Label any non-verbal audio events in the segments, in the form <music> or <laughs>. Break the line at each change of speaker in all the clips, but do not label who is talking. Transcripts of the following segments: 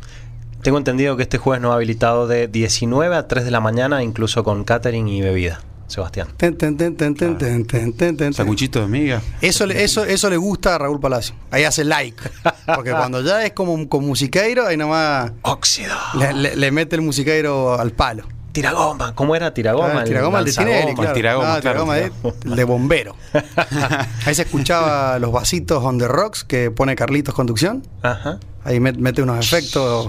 Tengo entendido que este jueves no ha habilitado de 19 a 3 de la mañana, incluso con catering y bebida. Sebastián.
Ten, ten, ten, ten, ten, ten, ten, ten, ten.
Sacuchito de miga.
Eso, le- eso, eso le gusta a Raúl Palacio. Ahí hace like. Porque cuando ya es como un- con musiqueiro, ahí nomás
Óxido.
le, le- le mete el musiqueiro al palo.
Tiragoma. ¿Cómo era tiragoma?
Ah, el tiragoma, el de
lanzagoma.
Tinelli, claro.
el tiragoma,
No, el
claro,
tiragoma
el
de- el de bombero. Ahí se escuchaba los vasitos on the rocks que pone Carlitos Conducción.
Ajá.
Ahí met- mete unos efectos.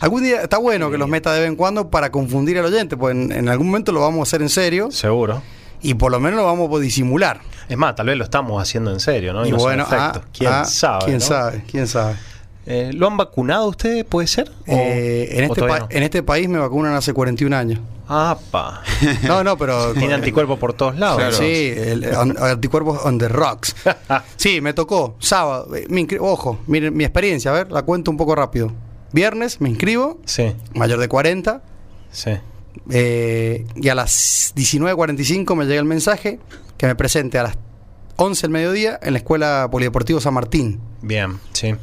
Algún día está bueno que los meta de vez en cuando para confundir al oyente, pues en, en algún momento lo vamos a hacer en serio
Seguro.
y por lo menos lo vamos a disimular.
Es más, tal vez lo estamos haciendo en serio, ¿no?
y
no son
bueno, ah,
efectos. ¿Quién
ah,
sabe?
¿Quién
no?
sabe? ¿Quién sabe?
Eh, ¿Lo han vacunado ustedes, puede ser? ¿O-
Eh, en,
o
este
todavía
pa-
no?
en este país me vacunan hace 41 años. <laughs>
¡Apa!
No, no,
<laughs>
pero.
Tiene anticuerpos por todos lados.
Claro.
Sí, el, on- anticuerpos on the rocks. Sí, me tocó. Sábado. eh, me inscri- Ojo, miren mi experiencia. A ver, la cuento un poco rápido. Viernes me inscribo,
<laughs> Sí,
mayor de 40.
sí.
eh, y a las 19.45 me llega el mensaje que me presente a las 11 del mediodía en la Escuela Polideportivo San Martín.
Bien, sí.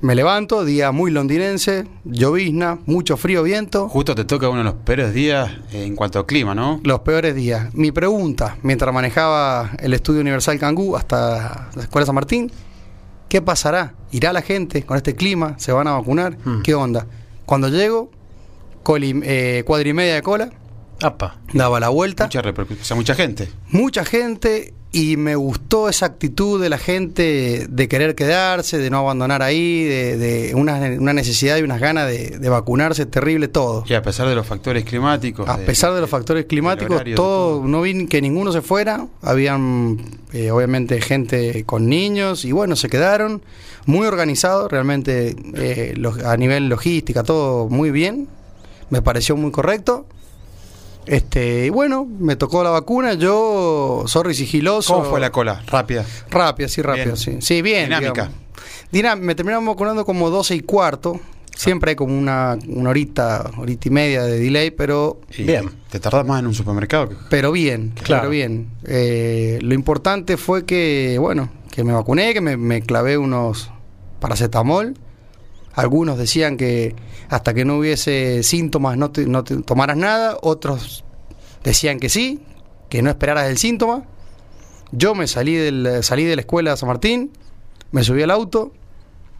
Me levanto, día muy londinense, llovizna, mucho frío, viento.
Justo te toca uno de los peores días eh, en cuanto a clima, ¿no?
Los peores días. Mi pregunta, mientras manejaba el estudio Universal Cangú hasta la Escuela San Martín, ¿qué pasará? ¿Irá la gente con este clima? ¿Se van a vacunar?
Hmm.
¿Qué onda? Cuando llego, coli- eh, cuadra y media de cola,
¡Apa!
daba la vuelta,
Mucha repercusión. O sea, mucha gente.
mucha gente y me gustó esa actitud de la gente de querer quedarse, de no abandonar ahí, de, de una, una necesidad y unas ganas de, de vacunarse, terrible todo.
Y a pesar de los factores climáticos.
A pesar de los factores climáticos,
horario, de
todo,
todo.
no vi que ninguno se fuera. Habían, eh, obviamente, gente con niños y bueno, se quedaron. Muy organizado, realmente, eh, lo- a nivel logística, todo muy bien. Me pareció muy correcto. Este, y bueno, me tocó la vacuna, yo, sorry, sigiloso.
¿Cómo fue la cola? Rápida.
Rápida, sí, rápida,
Bien.
sí. Sí, bien.
Dinámica.
digamos. Dinam- me terminaron vacunando como 12 y cuarto. Siempre hay como una, una horita, horita y media de delay, pero,
Y
Bien.
Te tardás más en un supermercado. que-
pero bien,
Claro.
pero bien. Eh, lo importante fue que, bueno, que me vacuné, que me, me clavé unos paracetamol. Algunos decían que hasta que no hubiese síntomas no, te- no te tomaras nada, otros decían que sí, que no esperaras el síntoma. Yo me salí, del, salí de la escuela de San Martín, me subí al auto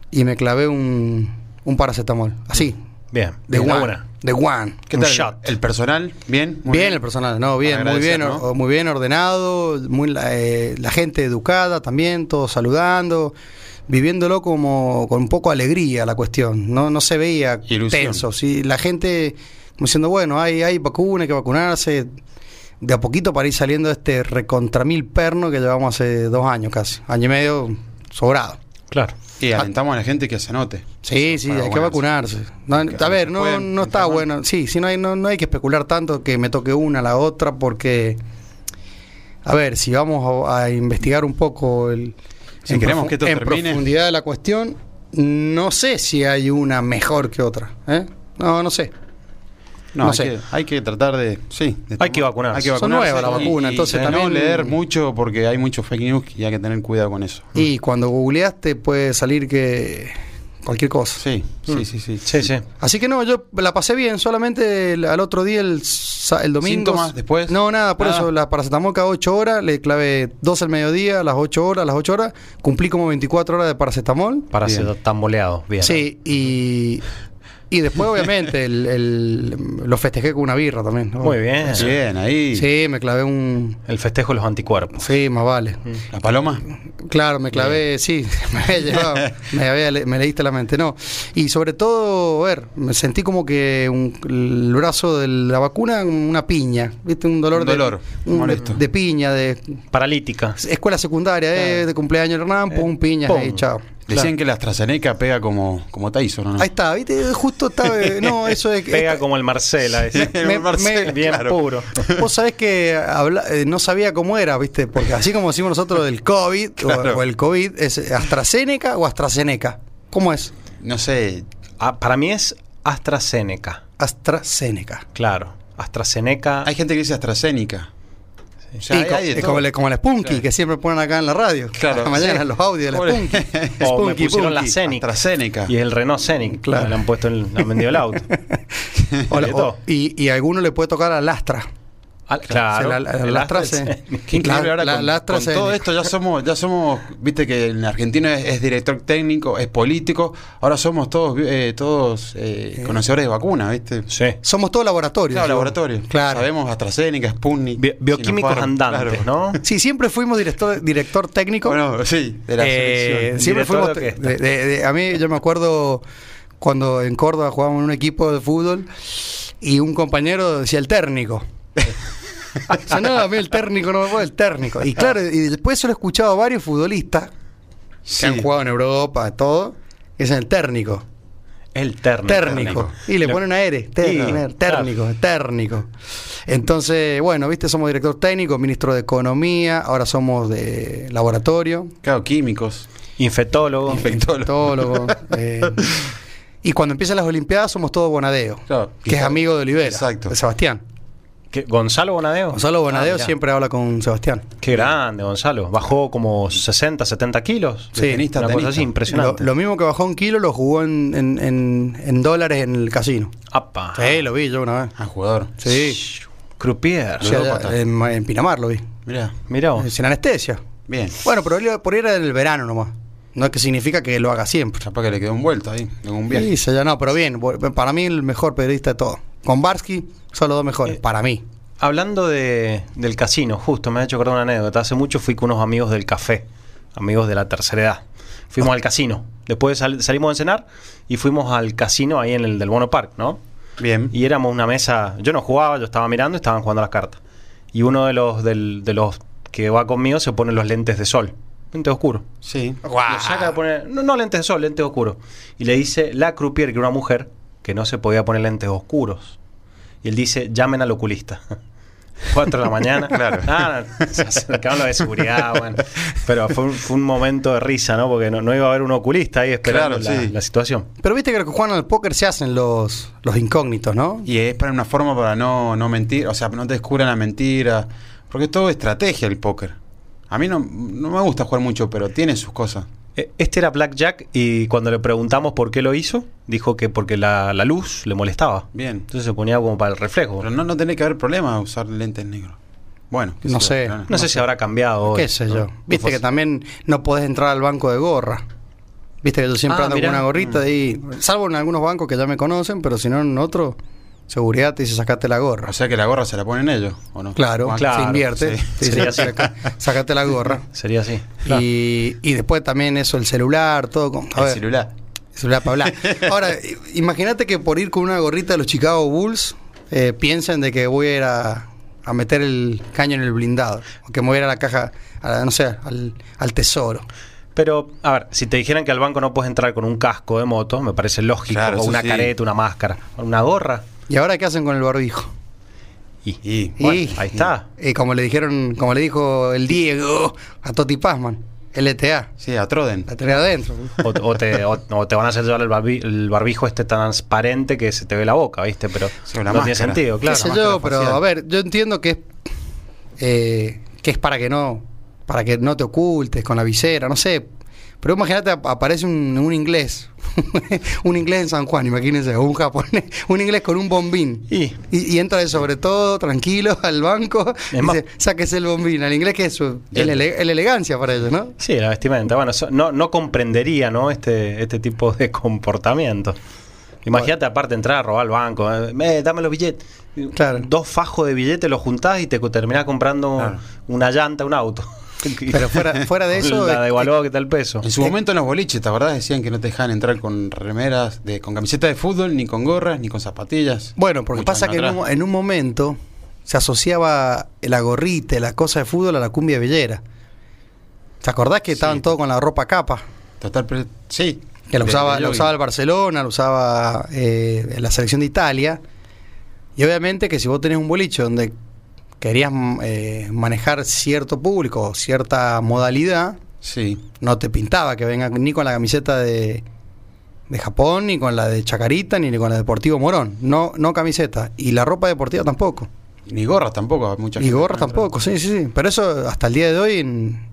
y me clavé un, un paracetamol. Así,
Bien.
de
una
one.
buena.
De one.
¿Qué
Un
tal?
shot.
¿El personal? ¿Bien? Muy
bien, el personal, no, bien, muy
Agradecer,
bien,
¿no?
o- muy bien ordenado, muy la, eh, la gente educada también, todos saludando, viviéndolo como con un poco de alegría la cuestión, no, no se veía
Ilusión.
tenso, sí, la gente como diciendo, bueno, hay, hay vacuna, hay que vacunarse, de a poquito para ir saliendo de este recontra mil perno que llevamos hace dos años casi, año y medio sobrado.
Claro.
Y alentamos a la gente que se anote.
Ah. Sí, sí, hay que vacunarse. No,
Porque
a ver,
se
no,
pueden
no está
enfermar.
bueno. Sí, sí, no hay, no, no hay que especular tanto que me toque una a la otra porque, a ver, si vamos a, a investigar un poco el,
Si queremos
profu-
que esto
en
termine.
profundidad de la cuestión, no sé si hay una mejor que otra. ¿eh? No, no sé.
No,
No
hay,
sé.
que, hay que tratar de. Sí, de
Hay que
tomar-
vacunarse.
Hay que
Son
vacunarse.
nuevas las
y-
vacunas,
y
entonces
de No
también-
leer mucho porque hay mucho fake news y hay que tener cuidado con eso.
Y cuando googleaste puede salir que cualquier cosa.
Sí,
Mm.
sí, sí. sí.
Sí, sí.
Así que no, yo la pasé bien, solamente el- al otro día, el, sa- el domingo.
¿Síntomas después?
No, nada, por
Nada.
eso la paracetamol cada 8 horas, le clavé 12 al mediodía, a las 8 horas, a las 8 horas, cumplí como 24 horas de paracetamol.
Para
Bien.
ser tan boleado. Bien.
Sí, y, y después obviamente el- el- lo festejé con una birra también. ¿no?
Muy bien.
Bien, ahí.
Sí, me clavé un...
El festejo de los anticuerpos.
Sí, más vale.
La paloma.
Claro, me clavé, sí, <laughs> me había llevado, me, había le- me leíste la mente, no. Y sobre todo, a ver, me sentí como que un- el brazo de la vacuna, una piña, ¿viste? Un dolor,
Un
de-
dolor,
un-
molesto.
de, piña, de
Paralítica.
escuela secundaria, eh, de cumpleaños Hernán,
Eh,
pum, piña,
pum.
ahí, chao.
Decían que la AstraZeneca pega como, como Tyson, ¿o ¿no?
Ahí está, ¿viste? Justo estaba, eh, no, eso
<laughs>
es...
Pega
esta-
como el Marcela.
<laughs>
ese.
Me- me- me-
Bien
claro.
puro.
<laughs> Vos sabés que habla- eh, no sabía cómo era, ¿viste? Porque así como decimos nosotros del COVID o-
Claro.
o, el COVID, es AstraZeneca o AstraZeneca. ¿Cómo es?
No sé.
Ah, para mí es AstraZeneca.
AstraZeneca.
Claro. AstraZeneca.
Hay gente que dice AstraZeneca. O sea,
Y
hay-
co-
hay de
es
todo.
como, la- como la Spunky
Claro.
que siempre ponen acá en la radio.
Claro,
A <laughs> la mañana
sí.
los audios de la
Pobre. <laughs> Oh,
Spunky.
O oh, me
Spunky,
pusieron la
Punky.
Scenic.
AstraZeneca.
Y el Renault Scenic.
Claro.
Claro. Le han puesto el, le han vendido el
<laughs>
auto. <laughs>
O la-
De
o-
todo.
oh, y, y a alguno le puede tocar a Lastra.
Ah,
Se
claro.
la- la-
el
la
AstraZeneca.
AstraZeneca.
Qué increíble
La-
ahora
la-
con,
la
con
AstraZeneca.
todo esto ya somos, ya somos, viste que en Argentina es, es director técnico, es político, ahora somos todos eh, todos eh, conocedores de vacunas, viste.
Sí.
Somos todos laboratorios.
Claro,
yo-
laboratorio.
Claro.
Sabemos AstraZeneca, Sputnik.
Bio- bioquímicos
Sinopharm,
andantes, ¿no?
<laughs>
claro.
Sí, siempre fuimos director, director técnico.
Bueno, sí, de la
Eh,
selección.
siempre
director
fuimos.
de orquesta.
de- de- de- a mí, yo me acuerdo cuando en Córdoba jugábamos en un equipo de fútbol y un compañero decía el térnico. <laughs> O sea, no, a mí el térnico no me puede, el térnico. Y claro, y después se lo he escuchado a varios futbolistas
Sí.
que han jugado en Europa, todo, que es el térnico.
El terno.
Térnico. Y le
Lo-
ponen aire. Térnico,
Sí,
térnico, térnico. Entonces, bueno, viste, somos director técnico, ministro de Economía, ahora somos de laboratorio,
Claro, químicos.
Infectólogo.
Infectólogos.
patólogo. eh, y cuando empiezan las Olimpiadas somos todos Bonadeo,
Claro.
que es amigo de Olivera,
Exacto.
de Sebastián.
¿Qué? ¿Gonzalo Bonadeo?
Gonzalo
Ah,
Bonadeo
mirá.
siempre habla con Sebastián.
Qué grande, Gonzalo. Bajó como 60, 70 kilos.
Sí,
tenista,
una cosa
tenista.
así
Lo,
impresionante.
lo mismo que bajó un kilo lo jugó en, en- en- en dólares en el casino.
Apa.
Sí, lo vi yo una vez.
Ah, jugador.
Sí. eh,
Croupier.
O sea,
ludópata.
en, en Pinamar lo vi.
Mirá,
Mirá vos.
Sin anestesia.
bien.
Bueno, pero él- por ahí era en el verano nomás. No es que significa que lo haga siempre.
Capaz que le quedó un vuelto ahí, en un viaje.
Sí, se- no, pero bien. bu- Para mí el mejor periodista de todo. Con Barsky son los dos
Eh.
mejores. Para mí.
Hablando de, del casino, justo me ha hecho acordar una anécdota. Hace mucho fui con unos amigos del café, amigos de la tercera edad. Fuimos al casino. Después sal- salimos a cenar y fuimos al casino ahí en el del Bono Park, ¿no?
Bien.
Y éramos una mesa. Yo no jugaba, yo estaba mirando y estaban jugando las cartas. Y uno de los, del- de los que va conmigo se pone los lentes de sol, lentes oscuros.
Sí.
Lo saca de poner. No, no lentes de sol, lentes oscuros. Y le dice la croupier, que era una mujer, que no se podía poner lentes oscuros. y él dice, llamen al oculista. <laughs> 4 de la mañana.
<laughs> Claro.
Ah, se acercaban los de seguridad, bueno. Pero fue un, fue un momento de risa, ¿no? Porque no, no iba a haber un oculista ahí esperando
Claro,
la-
sí.
la situación.
Pero viste que lo que juegan al póker se hacen los, los incógnitos, ¿no?
Y es para una forma para no, no mentir, o sea, no te descubran la mentira. Porque es todo estrategia el póker. A mí no, no me gusta jugar mucho, pero tiene sus cosas.
Eh, Este era Blackjack y cuando le preguntamos por qué lo hizo, dijo que porque la, la luz le molestaba.
Bien.
Entonces se ponía como para el reflejo.
Pero
No,
no, no tenés que haber problema usar lentes negros. Bueno, qué
No
yo,
sé.
claro.
sé si habrá cambiado. hoy,
¿Qué sé
¿no?
yo? Viste que también no podés entrar al banco de gorra. Viste que yo siempre
Ah,
ando
mirá.
con una gorrita y. Salvo en algunos bancos que ya me conocen, pero si no en otro, seguridad te dice sacate la gorra.
O sea que la gorra se la ponen ellos, ¿o no?
Claro,
Ah,
Ah, claro,
se invierte.
sí.
Te
Sería
dice,
así.
"Saca- sacate la gorra.
Sería así. <laughs> Claro.
Y, y después también eso, el celular, todo. Con, a
El
ver,
celular.
el celular
<laughs>
para hablar. Ahora, i- imagínate que por ir con una gorrita de los Chicago Bulls, eh, piensen de que voy a ir a, a meter el caño en el blindado. O que me voy a ir a la caja, a la- no sé, al, al tesoro.
Pero, a ver, si te dijeran que al banco no puedes entrar con un casco de moto, me parece lógico.
Claro,
o
eso
una
sí.
careta, una máscara, una gorra.
¿Y ahora qué hacen con el barbijo?
Y, y,
Y-
Bueno, ahí está.
Eh, como le dijeron, como le dijo el Diego a Toti Pazman, LTA,
sí, a Troden.
la tarea adentro.
O, o te, o- o te van a hacer llevar el, barbi- el barbijo este transparente que se te ve la boca, ¿viste? Pero
Sí,
no
la
tiene
máscara.
sentido, claro.
qué sé
máscara
yo, pero
facial.
a ver, yo entiendo que es eh, que es para que no para que no te ocultes con la visera, no sé. Pero imagínate ap- aparece un, un inglés, <laughs> un inglés en San Juan, imagínense, o un japonés, <laughs> un inglés con un bombín.
Y-
y entra de sobre todo tranquilo <laughs> al banco, y
más-
dice, sáquese el bombín. Al inglés que es su,
Ya.
el, ele- el elegancia para ellos, ¿no?
Sí, la vestimenta. Bueno, eso- no, no comprendería ¿no? Este, este tipo de comportamiento. Imagínate, aparte, entrar a robar al banco. eh, "Eh, dame los billetes.
Claro.
Dos fajos de billetes los juntás y te co- terminás comprando
Claro.
una llanta, un auto.
Ah. <laughs> Pero fuera, fuera
<laughs>
de eso,
La
eh,
de Gualó, que tal peso.
En su momento en los boliches, ¿te acordás? Decían que no te dejaban entrar con remeras, de, con camisetas de fútbol, ni con gorras, ni con zapatillas.
Bueno, porque
Mucho
pasa
años
que en
atrás.
un, en un momento se asociaba la gorrita, y la cosa de fútbol a la cumbia villera. ¿Te acordás que estaban todos con la ropa capa?
Total, pero- sí.
Que la
De-
usaba,
de
la
jogging.
usaba el Barcelona, la usaba eh, la selección de Italia. Y obviamente que si vos tenés un boliche donde querías mm, eh, manejar cierto público o cierta modalidad,
Sí.
no te pintaba que venga ni con la camiseta de, de Japón, ni con la de Chacarita, ni con la de Deportivo Morón. No, no camiseta. Y la ropa deportiva tampoco.
Ni gorras tampoco, mucha
Y
gente
gorra
entra.
tampoco, sí, sí, sí. Pero eso hasta el día de hoy en,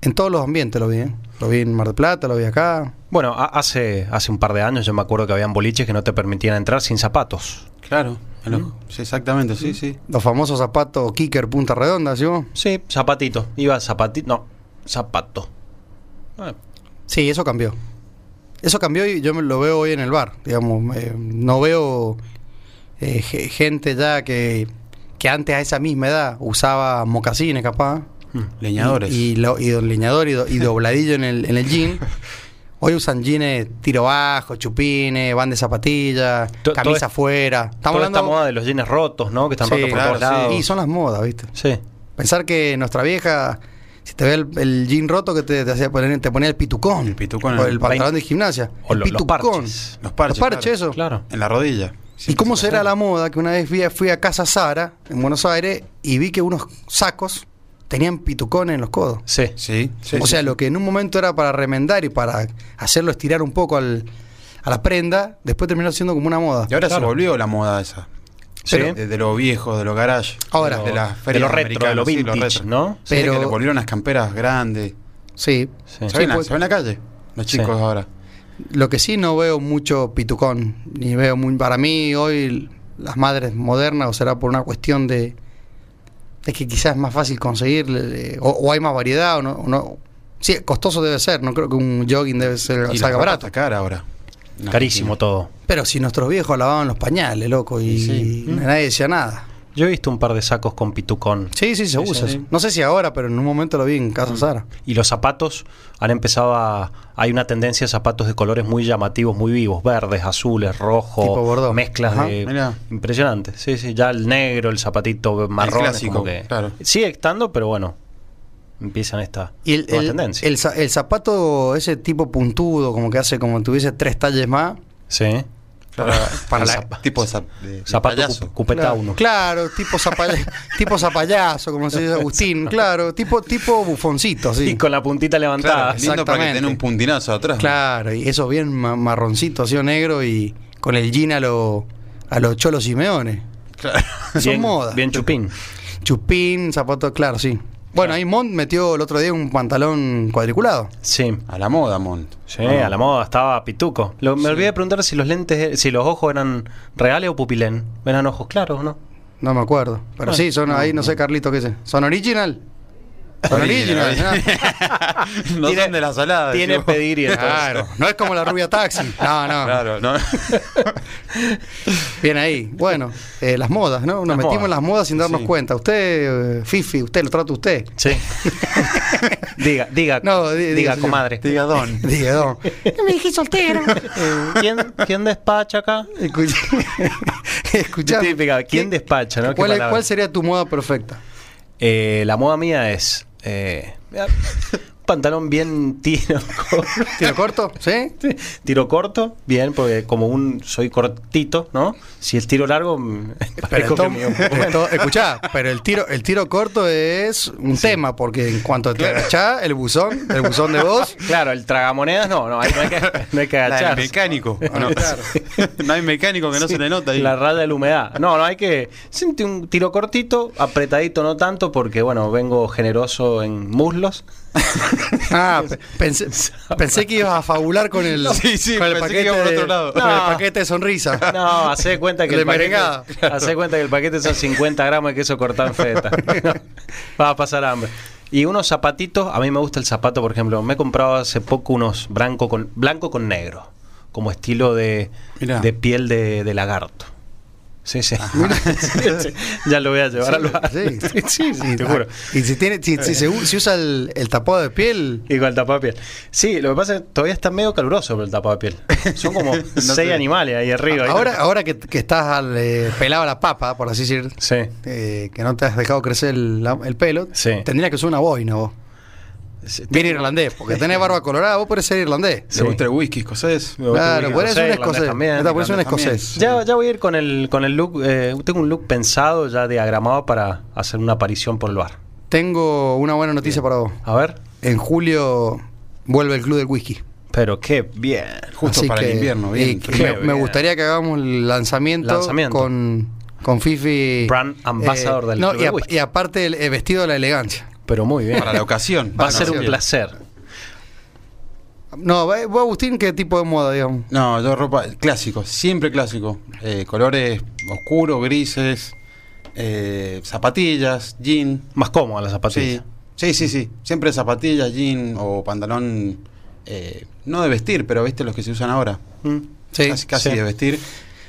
en todos los ambientes lo vi, ¿eh? Lo vi en Mar del Plata, lo vi acá.
Bueno, a- hace, hace un par de años yo me acuerdo que habían boliches que no te permitían entrar sin zapatos.
Claro. en los-
Mm.
sí, exactamente, sí, sí.
Los famosos zapatos kicker punta redonda, ¿sí vos?
Sí, zapatito. Iba zapatito. No, zapato. Ah,
Sí, eso cambió. Eso cambió y yo me lo veo hoy en el bar. Digamos, eh, no veo eh, ge- gente ya que, que antes a esa misma edad usaba mocasines, capaz.
Leñadores.
Mm. Y, y, lo- y do- leñador y, do- y dobladillo en el, en el jean. Hoy usan jeans tiro bajo, chupines, van de zapatilla,
To- todo es-
camisa afuera. Estamos
toda esta
hablando.
moda de los jeans rotos, ¿no? Que están
Sí,
rotos por
claro,
todos lados.
Y son las modas, ¿viste?
Sí.
Pensar que nuestra vieja, si te ve el, el jean roto, que te, te hacía poner, te ponía el pitucón.
El pitucón,
O
el
el pantalón
veinte-
de gimnasia.
o
el
lo- los parches.
Los
Los parches,
parches, claro.
eso.
Claro.
En la rodilla.
¿Y
Siempre
cómo
se
será
hacen.
la moda que una vez fui a, fui a casa Sara, en Buenos Aires, y vi que unos sacos tenían pitucones en los codos?
Sí.
Sí, sí,
o
sí,
sea,
sí.
lo que en un momento era para remendar y para hacerlo estirar un poco al- a la prenda, después terminó siendo como una moda.
Y ahora
Claro.
se volvió la moda esa.
Sí.
eh,
Pero de, de lo viejo, de lo garage.
Ahora.
de, las
de
ferias
lo retro, de lo
americanas, sí,
vintage,
retro.
¿no?
Sí,
Pero-
que le volvieron las camperas grandes.
Sí.
Sí.
¿Se, ven,
pues-
en la calle? Los
Sí.
chicos ahora.
Lo que sí no veo mucho pitucón, ni veo muy... Para mí hoy las madres modernas, o será por una cuestión de... Es que quizás es más fácil conseguir, eh, o, o hay más variedad, o no, o no- Sí, costoso debe ser, no creo que un jogging debe ser,
Y
salga
las
barato.
ropas cara ahora. En
Carísimo
Argentina.
todo.
Pero si nuestros viejos lavaban los pañales, loco, y,
Sí.
y nadie decía nada.
Yo he visto un par de sacos con pitucón.
Sí, sí, se usa
sí. Mm.
eso. No sé si ahora, pero en un momento lo vi en Casa Sara.
Y los zapatos han empezado a. Hay una tendencia a zapatos de colores muy llamativos, muy vivos: verdes, azules,
Tipo
rojos,
bordó.
mezclas
Ajá,
de.
mirá.
Impresionante. Sí, sí, ya el negro, el zapatito marrón. es como
clásico,
que-
claro.
Sigue estando, pero bueno. Empiezan esta
Y el,
nueva
el-
tendencia.
el za- el zapato, ese tipo puntudo, como que hace como tuviese tres talles más,
sí.
Para,
para
la-
zapa-
tipo de, zap- de- de
Zapato
payaso.
cu- cupetá uno.
Claro, tipo, zapalla-
<laughs>
tipo zapallazo, como se dice Agustín, claro, tipo, tipo bufoncito, sí.
Y con la puntita levantada.
Claro, lindo para que
Ah, exactamente.
tenga un puntinazo atrás.
Claro, y eso bien ma- marroncito, así o negro, y con el jean a lo- a los cholos Simeones.
Claro.
<laughs>
<laughs>
Son
bien,
modas.
bien chupín.
Chupín, zapato, claro, sí. Bueno, ahí Mont metió el otro día un pantalón cuadriculado.
Sí.
A la moda, Mont.
Sí, a la moda estaba pituco. Lo- me olvidé de preguntar si los lentes, eh, si los ojos eran reales o pupilén. ¿Eran ojos claros o no?
No me acuerdo. Pero
Bueno,
sí, son ahí, no sé, Carlito, qué sé. ¿Son original? Son
Original,
original.
<laughs>
¿no?
no
Tiene-
son de la salada.
Tiene
decimos.
pedir y
Ah, Claro, no es como la rubia taxi. No, no.
<laughs>
<laughs>
Claro, no.
Bien ahí. Bueno, eh, las modas, ¿no? Nos
Las
metimos
modas.
en las modas sin darnos
Sí.
cuenta. Usted, eh, Fifi, usted lo trata usted. <laughs>
Sí. diga, diga,
No, di-
diga,
diga, señor.
comadre.
Diga don.
Dije, no. Me dije soltero.
Eh, ¿Quién, quién despacha acá?
<laughs> Escuchá.
Típica, ¿quién
¿qué-
despacha, no? ¿Qué
¿Cuál,
palabra?
cuál sería tu moda perfecta?
Eh, la moda mía es eh, pantalón bien tiro corto.
¿Tiro corto? ¿Sí?
Tiro corto, bien, porque como un soy cortito, ¿no? Si es tiro largo, mm,
Pero
parezco que
entonces-
me iba a poner.
entonces, escuchá, pero el tiro, el tiro corto es un tema, porque en cuanto te agachás, el buzón, el buzón de voz,
Claro, el tragamonedas no, no, ahí no hay que, no hay que
La del
agacharse.
mecánico. ¿o No,
Claro.
<laughs> No hay mecánico que no se le nota ahí.
La raya de la humedad. No, no hay que. Siente un tiro cortito, apretadito, no tanto, porque bueno, vengo generoso en muslos.
Ah, pe- pensé, pensé que ibas a fabular con el,
Sí, sí,
con el
pensé que
paquete,
iba por
de-
otro lado.
con el
No.
paquete de sonrisa.
No, hace de cuenta
<laughs>
que
De
el paquete,
merengada.
<laughs> hacé cuenta que el paquete son 50 gramos de queso cortado en feta.
<laughs>
No, vas a pasar hambre. Y unos zapatitos, a mí me gusta el zapato, por ejemplo, me he comprado hace poco unos blanco con, blanco con negro, como estilo de,
Mirá.
de piel de, de lagarto. Sí, sí. <laughs> Sí,
<laughs>
sí. Ya lo voy a llevar al bar. <laughs>
Sí, sí, sí, sí,
te juro.
Y si, tiene, si, si se u- si usa el, el tapado de piel,
Y con el tapado de piel. Sí, lo que pasa es que todavía está medio caluroso pero el tapado de
<laughs>
piel. Son como seis
sé. ah,
animales ahí arriba.
ahora, ahora que, que estás al, eh, pelado a la papa, por así decir,
Sí.
eh, que no te has dejado crecer el, la- el pelo,
Sí.
tendría que usar una boina vos.
Sí,
Bien irlandés, porque tenés barba colorada, vos podés ser irlandés.
Le gusta el whisky escocés.
Me gusta
Claro,
el
podés ser un
irlandés
escocés.
también,
Está, podés ser un
irlandés también.
escocés.
Ya, ya voy a ir con el, con el look. eh, tengo un look pensado, ya diagramado para hacer una aparición por el bar.
Tengo una buena noticia para vos.
A ver.
En julio vuelve el Club del Whisky.
Pero qué bien.
Justo
Así
para
que-
el invierno, bien.
eh,
y que me,
Qué
me
bien.
gustaría que hagamos el lanzamiento,
Lanzamiento.
con con Fifi. eh,
Brand ambassador del
no,
Club
y,
del
a-
Whisky.
y aparte el, el vestido de la elegancia.
Pero muy bien.
<laughs> Para la ocasión.
Va
Para
a ser
la
un
ocasión.
placer.
No, va- vos, Agustín, ¿qué tipo de moda, digamos?
No, yo ropa clásico, siempre clásico. Eh, colores oscuros, grises, eh, zapatillas, jean.
Más cómoda la
Sí,
zapatilla.
sí, sí, sí. Siempre zapatillas, jean o pantalón, eh, no de vestir, pero viste los que se usan ahora.
Mm.
Sí,
casi casi
sí.
de vestir.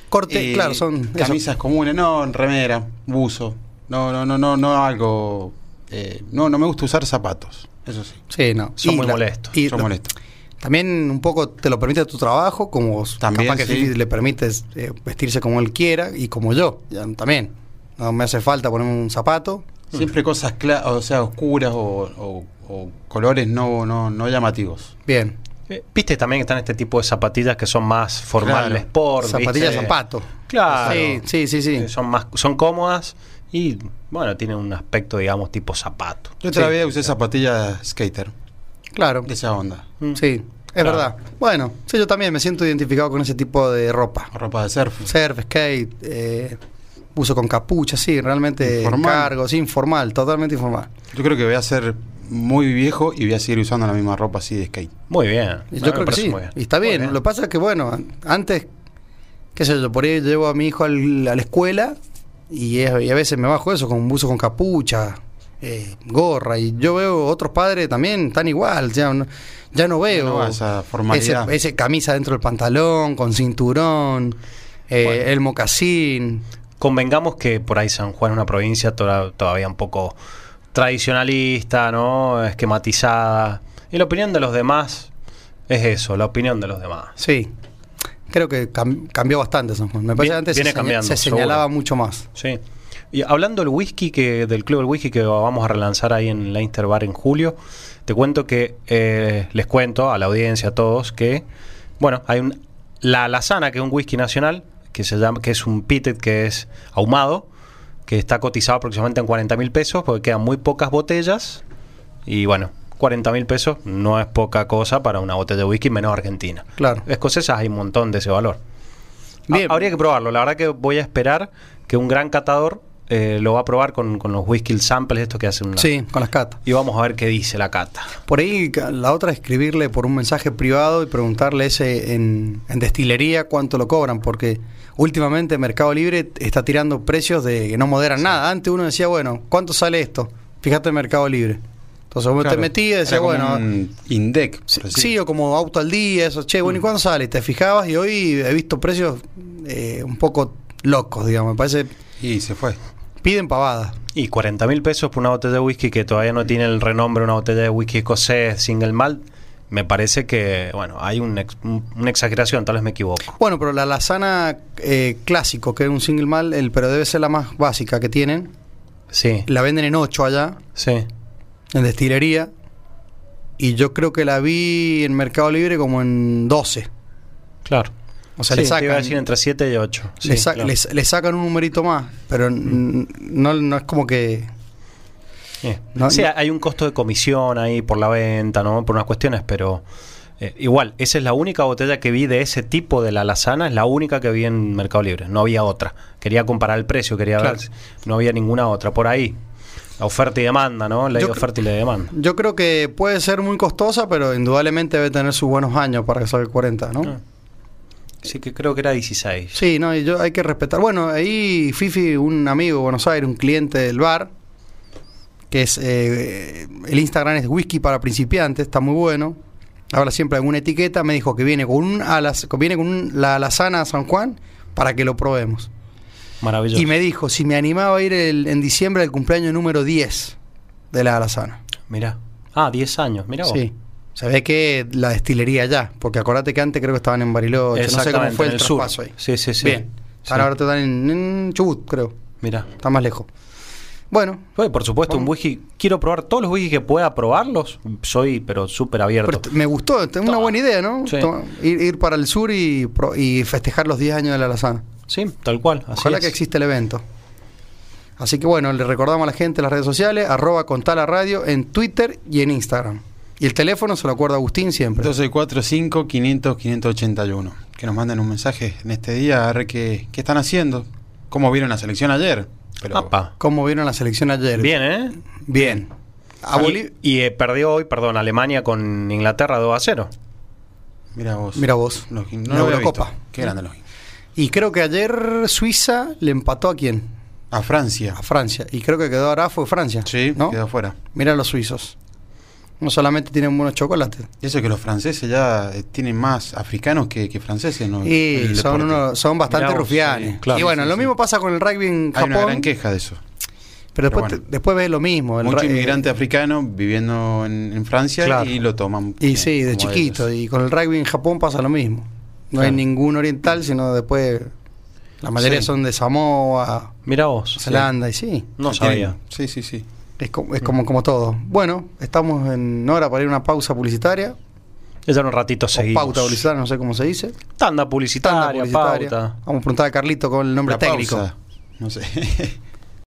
Corte,
Y
claro, son eso.
Eh, camisas comunes, no, remera, buzo. No, no, no, no, no algo. eh, no, no me gusta usar zapatos. Eso sí,
Sí, no.
Son
Y
muy
la-
molestos,
y
yo
lo-
molesto.
También un poco te lo permite tu trabajo, como
También,
capaz que
sí.
Fifi le permites eh, vestirse como él quiera y como yo, ya, también. No me hace falta ponerme un zapato.
Siempre cosas cla- o sea, oscuras o, o- o colores no, no, no llamativos.
Bien.
Eh, Viste también que están este tipo de zapatillas que son más
Claro.
formales, sport.
Zapatilla,
¿viste?
zapato.
Claro.
Sí, sí, sí, sí.
Eh, Son, más, son cómodas y, bueno, tienen un aspecto, digamos, tipo zapato.
Yo otra vez usé zapatillas skater,
Claro.
de esa onda.
Mm.
Sí, es
Claro.
verdad. Bueno, sí, yo también me siento identificado con ese tipo de ropa.
Ropa de surf.
Surf, skate, eh, uso con capucha, sí, realmente
Informal.
cargo, sí, informal, totalmente informal.
Yo creo que voy a ser muy viejo y voy a seguir usando la misma ropa así de skate.
Muy bien.
Y
A mí me
Yo creo que
parece
sí,
muy bien.
y está
Muy
bien. Lo que pasa es que, bueno, an- antes, qué sé yo, por ahí llevo a mi hijo al- a la escuela y, es- y a veces me bajo eso con un buzo con capucha, eh, gorra, y yo veo otros padres también tan igual, ya no, ya no veo
no va esa formalidad.
Ese, ese camisa dentro del pantalón, con cinturón, eh,
Bueno.
el mocasín.
convengamos que por ahí San Juan es una provincia toda- todavía un poco tradicionalista, ¿no? Esquematizada. Y la opinión de los demás es eso, la opinión de los demás.
Sí, creo que cam- cambió bastante San Juan. Me
Viene-
parece que antes
viene
se, seña-
cambiando,
se
seguro.
señalaba mucho más.
Sí. Y hablando del whisky, que, del club del whisky que vamos a relanzar ahí en Leinster Bar en julio, te cuento que eh, les cuento a la audiencia, a todos, que, bueno, hay un La alazana, que es un whisky nacional, que, se llama, que es un pitted, que es ahumado, que está cotizado aproximadamente en 40 mil pesos, porque quedan muy pocas botellas. Y bueno, 40 mil pesos no es poca cosa para una botella de whisky, menos argentina.
Claro.
Escocesas hay un montón de ese valor. Ha-
Bien.
Ah, Habría que probarlo. La verdad que voy a esperar que un gran catador eh, lo va a probar con, con los whisky samples, estos que hacen una.
Sí, con las catas.
Y vamos a ver qué dice la cata.
Por ahí ca- la otra es escribirle por un mensaje privado y preguntarle ese en, en destilería cuánto lo cobran, porque últimamente Mercado Libre está tirando precios de que no moderan nada. Antes uno decía, bueno, ¿cuánto sale esto? Fíjate en Mercado Libre. Entonces vos te
Claro.
metías y
Era
decías,
como
bueno,
un Indec. por
sí,
así.
sí, o como auto al día, eso, che,
Mm.
bueno, ¿y cuánto sale? Te fijabas y hoy he visto precios eh, un poco locos, digamos, me parece,
Y se fue.
piden pavadas.
Y 40 mil pesos por una botella de whisky que todavía no tiene el renombre, una botella de whisky escocés, single malt. Me parece que, bueno, hay un ex- un- una exageración, tal vez me equivoco.
Bueno, pero la lasana eh, clásico, que es un single mal, el, pero debe ser la más básica que tienen.
Sí,
La venden en 8 allá,
sí.
en destilería. Y yo creo que la vi en Mercado Libre como en 12.
Claro.
O sea,
Sí,
le,
te iba a
sacan,
decir entre 7 y 8.
le sa- le sa- le sacan un numerito más, pero n- no, no es como que... No,
sí,
no-
hay un costo de comisión ahí por la venta, ¿no? Por unas cuestiones, pero eh, igual, esa es la única botella que vi de ese tipo de la lazana, es la única que vi en Mercado Libre, no había otra. Quería comparar el precio, quería
Claro.
ver, si- no había ninguna otra por ahí. La oferta y demanda, ¿no? La
Yo cre-
oferta y la demanda.
Yo creo que puede ser muy costosa, pero indudablemente debe tener sus buenos años para que salga el 40, ¿no?
Ah. Así que creo que era 16.
Sí, no, y yo hay que respetar. Bueno, ahí Fifi, un amigo de Buenos Aires, un cliente del bar, que es eh, el Instagram es whisky para principiantes, está muy bueno. Habla siempre de alguna etiqueta, me dijo que viene con un alas, que viene con un- la alazana San Juan para que lo probemos.
Maravilloso.
Y me dijo si me animaba a ir el- en diciembre al cumpleaños número 10 de la alazana.
Mirá. Ah, 10 años, mirá vos.
Sí. Se ve que la destilería ya, porque acordate que antes creo que estaban en Bariloche, no sé cómo
Exactamente,
fue
en
el,
el sur.
traspaso ahí.
Sí, sí, sí.
Bien.
Sí.
Ahora están en, en Chubut, creo.
Mirá.
Está más lejos. Bueno,
Oye, por supuesto, un whisky. Quiero probar todos los whisky que pueda probarlos. Soy, pero súper abierto.
pero este- t- me gustó, es una
Toma.
buena idea, ¿no?
Sí.
Toma- Ir, ir para el sur y, pro- y festejar los 10 años de la Lazana.
Sí, tal cual. Así
Ojalá
es.
que exista el evento. Así que bueno, le recordamos a la gente las redes sociales, arroba contala radio en Twitter y en Instagram. Y el teléfono se lo acuerda Agustín siempre.
1245 500 581. Que nos manden un mensaje en este día a ver qué, qué están haciendo. ¿Cómo vieron la selección ayer? Pero
Apa.
¿Cómo vieron la selección ayer?
Bien, ¿eh?
Bien. A Bolivia.
Y, y, eh, perdió hoy, perdón, Alemania con Inglaterra 2 a 0.
mira vos.
Mira vos.
Los- no
La
lo había visto.
Eurocopa. Mm.
Qué grande los
Y creo que ayer Suiza le empató a quién?
A Francia.
A Francia. Y creo que quedó ahora fue Francia.
Sí,
¿no?
quedó afuera.
Mira los suizos. No solamente tienen buenos chocolates.
Y eso que los franceses ya eh, tienen más africanos que, que franceses. ¿no? En
Y
el
son,
deporte.
unos- son bastante
Mirá vos,
rufianes.
sí, claro,
y bueno,
sí,
lo
sí.
mismo pasa con el rugby en
Hay
Japón.
una gran queja de eso.
pero después,
pero bueno.
te- después ves lo mismo. el
Mucho
ra- eh,
inmigrante africano viviendo en, en Francia
Claro.
y lo toman.
Y
eh,
sí, de
como
chiquito.
ellos.
Y con el rugby en Japón pasa lo mismo. No hay
Claro.
ningún oriental, sino después. La mayoría
Sí.
son de Samoa,
Mira vos.
Zelanda, y sí.
No
Que
sabía.
tienen- Sí, sí, sí.
Es, como, es como, como todo. Bueno, estamos en hora para ir a una pausa publicitaria.
Ya en un ratito
O
seguimos.
pauta publicitaria, no sé cómo se dice.
Tanda publicitaria,
Tanda publicitaria.
pauta.
Vamos a preguntar a Carlito con el nombre
La
técnico.
pausa. No sé. <laughs>